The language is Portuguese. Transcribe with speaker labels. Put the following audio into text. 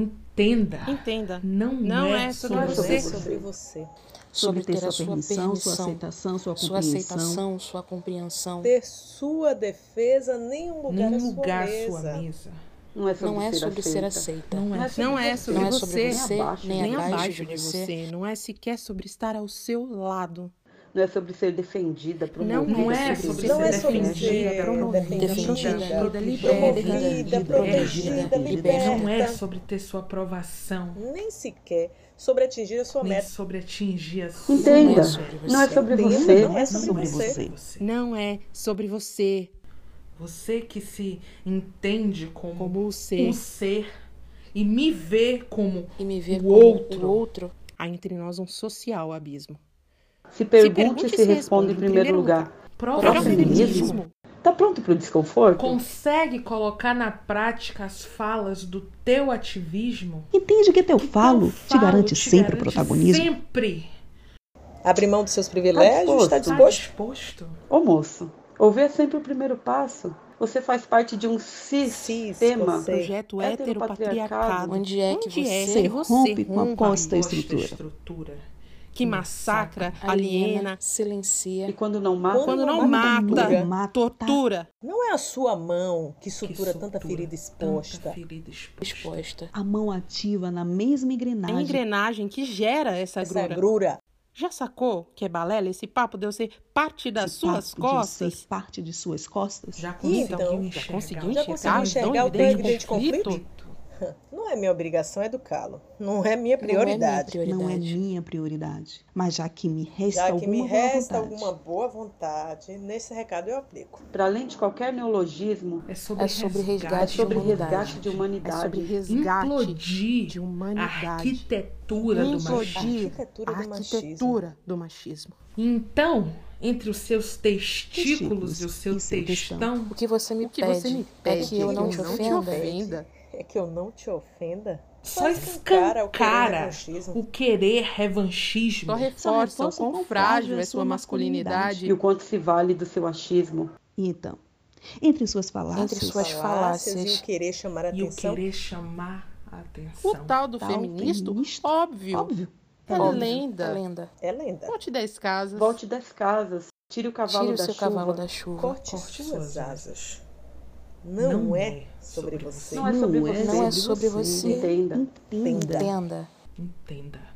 Speaker 1: Entenda.
Speaker 2: Entenda.
Speaker 1: Não,
Speaker 2: Não é
Speaker 1: sobre,
Speaker 2: sobre
Speaker 1: você.
Speaker 2: você. sobre você.
Speaker 3: sobre ter a sua
Speaker 4: permissão, sua
Speaker 3: permissão,
Speaker 4: aceitação, sua
Speaker 3: sua
Speaker 4: compreensão.
Speaker 3: aceitação, sua compreensão.
Speaker 2: Ter sua defesa, nenhum lugar
Speaker 1: Nenhum
Speaker 2: à é sua
Speaker 1: lugar à
Speaker 2: mesa.
Speaker 1: sua mesa.
Speaker 4: Não é sobre,
Speaker 3: Não é
Speaker 4: ser,
Speaker 3: sobre ser
Speaker 4: aceita.
Speaker 3: aceita.
Speaker 1: Não é.
Speaker 2: Não é sobre
Speaker 3: Não é
Speaker 2: você,
Speaker 3: sobre você,
Speaker 4: nem abaixo,
Speaker 3: nem
Speaker 4: nem
Speaker 3: abaixo, de você.
Speaker 2: Não é sequer sobre estar ao seu lado.
Speaker 4: Não é sobre ser defendida, promovida,
Speaker 1: não é
Speaker 4: protegida.
Speaker 1: sobre
Speaker 2: Não é
Speaker 1: ser
Speaker 2: sobre
Speaker 1: defendida,
Speaker 2: ser
Speaker 1: promovida,
Speaker 2: defendida,
Speaker 1: protegida,
Speaker 2: promovida,
Speaker 3: liberta,
Speaker 2: protegida,
Speaker 3: liberta,
Speaker 2: liberta.
Speaker 1: Não é sobre ter sua aprovação.
Speaker 2: Nem sequer sobre atingir a sua
Speaker 1: Nem
Speaker 2: meta.
Speaker 1: sobre atingir a sua
Speaker 4: Entenda. Não é
Speaker 3: você.
Speaker 4: sobre
Speaker 2: Entenda,
Speaker 4: você.
Speaker 2: não é sobre você.
Speaker 1: você.
Speaker 3: Não é sobre você
Speaker 1: Você que se entende como,
Speaker 3: como o ser
Speaker 1: um ser e me vê como
Speaker 3: e me ver
Speaker 1: o
Speaker 3: como
Speaker 1: outro.
Speaker 3: o outro.
Speaker 2: Há entre nós um social abismo.
Speaker 4: Se pergunte e se, responde em primeiro lugar.
Speaker 1: É profissionalismo.
Speaker 4: Profissionismo. Tá pronto para o desconforto?
Speaker 1: Consegue colocar na prática as falas do teu ativismo?
Speaker 5: Entende que teu
Speaker 1: Eu
Speaker 5: Então falo te
Speaker 1: falo,
Speaker 5: garante
Speaker 1: te
Speaker 5: sempre
Speaker 1: garante
Speaker 5: protagonismo?
Speaker 1: Sempre.
Speaker 2: Abrir mão dos seus privilégios,
Speaker 4: Tá
Speaker 2: está
Speaker 1: Tá
Speaker 2: disposto?
Speaker 1: disposto?
Speaker 4: Ô moço, ouvir é sempre o primeiro passo. Você faz parte de um sistema.
Speaker 2: Cis,
Speaker 4: Tema.
Speaker 2: você.
Speaker 6: Projeto
Speaker 4: Heteropatriarcado.
Speaker 6: heteropatriarcado.
Speaker 3: Onde é que
Speaker 6: Onde é
Speaker 3: você
Speaker 6: que
Speaker 5: Você rompe com a posta
Speaker 1: Gosta da
Speaker 5: estrutura.
Speaker 1: estrutura.
Speaker 6: que massacra, aliena,
Speaker 4: E
Speaker 3: silencia,
Speaker 4: quando não mata,
Speaker 2: Quando
Speaker 6: não
Speaker 2: Quando
Speaker 6: mata,
Speaker 2: mata,
Speaker 5: mata,
Speaker 6: tortura,
Speaker 2: Não é a sua mão que sutura,
Speaker 1: Que
Speaker 2: tanta ferida
Speaker 1: Tanta
Speaker 2: exposta.
Speaker 1: ferida exposta.
Speaker 3: exposta.
Speaker 5: a mão ativa na mesma
Speaker 6: a
Speaker 5: engrenagem.
Speaker 6: engrenagem que gera essa
Speaker 2: Essa
Speaker 6: grura.
Speaker 2: agrura.
Speaker 6: Já sacou que é balela esse papo de eu ser parte das
Speaker 5: Esse
Speaker 6: suas
Speaker 5: papo de eu
Speaker 6: costas?
Speaker 5: ser parte de suas costas.
Speaker 1: Já conseguiu
Speaker 2: então?
Speaker 1: enxergar?
Speaker 6: Já conseguiu
Speaker 2: Já
Speaker 6: enxergar,
Speaker 2: conseguiu enxergar
Speaker 6: então,
Speaker 2: o teu
Speaker 6: evidente
Speaker 2: evidente conflito?
Speaker 6: conflito?
Speaker 2: Não é minha obrigação educá-lo. Não é minha
Speaker 3: Não é minha
Speaker 2: prioridade.
Speaker 5: Não é
Speaker 3: prioridade.
Speaker 5: minha prioridade. Mas já que me resta
Speaker 2: Já
Speaker 5: alguma
Speaker 2: que me
Speaker 5: boa
Speaker 2: resta
Speaker 5: vontade,
Speaker 2: alguma boa vontade, nesse recado eu aplico.
Speaker 4: para além de qualquer neologismo,
Speaker 1: É sobre,
Speaker 3: É sobre
Speaker 4: é
Speaker 3: resgate de
Speaker 4: sobre
Speaker 3: humanidade.
Speaker 4: resgate de
Speaker 3: É
Speaker 4: humanidade.
Speaker 3: sobre resgate
Speaker 1: Implodir
Speaker 3: de
Speaker 1: a
Speaker 3: humanidade.
Speaker 1: arquitetura do
Speaker 2: A
Speaker 1: machismo.
Speaker 2: arquitetura do machismo.
Speaker 3: Arquitetura do machismo.
Speaker 1: Então, entre os seus testículos
Speaker 5: Testículos
Speaker 1: e o seu
Speaker 5: e seu testão.
Speaker 1: textão,
Speaker 3: O que você me
Speaker 6: O que
Speaker 3: pede
Speaker 6: você me
Speaker 3: é
Speaker 6: pede
Speaker 3: que eu não te ofenda.
Speaker 2: É que eu não te ofenda?
Speaker 1: só
Speaker 2: escancara o querer
Speaker 1: escancara
Speaker 2: revanchismo.
Speaker 1: o querer
Speaker 6: Só
Speaker 1: revanchismo.
Speaker 3: reforça
Speaker 6: reforça o
Speaker 3: o
Speaker 6: quão frágil é sua masculinidade.
Speaker 4: e o quanto se vale do seu achismo.
Speaker 5: E Então, entre suas falácias,
Speaker 3: Entre suas
Speaker 2: Falácias E
Speaker 3: falácias.
Speaker 2: o querer chamar a
Speaker 1: E o
Speaker 2: atenção.
Speaker 1: querer chamar a
Speaker 6: O
Speaker 1: atenção.
Speaker 6: tal do
Speaker 5: Tal
Speaker 6: feministo,
Speaker 5: feminista.
Speaker 6: Tá óbvio,
Speaker 5: óbvio,
Speaker 6: é
Speaker 3: Óbvio.
Speaker 6: lenda.
Speaker 3: Lenda.
Speaker 2: É lenda.
Speaker 6: Volte 10 casas.
Speaker 4: Volte das casas, tire o cavalo
Speaker 3: Tire o
Speaker 4: da
Speaker 3: seu
Speaker 4: chuva.
Speaker 3: cavalo da chuva.
Speaker 2: Corte,
Speaker 1: corte
Speaker 2: suas
Speaker 1: suas
Speaker 2: asas. Não, é sobre você.
Speaker 4: Não é sobre
Speaker 5: Não é
Speaker 4: você.
Speaker 3: Não é sobre você.
Speaker 4: Entenda.
Speaker 5: entenda.
Speaker 3: Entenda.
Speaker 1: Entenda.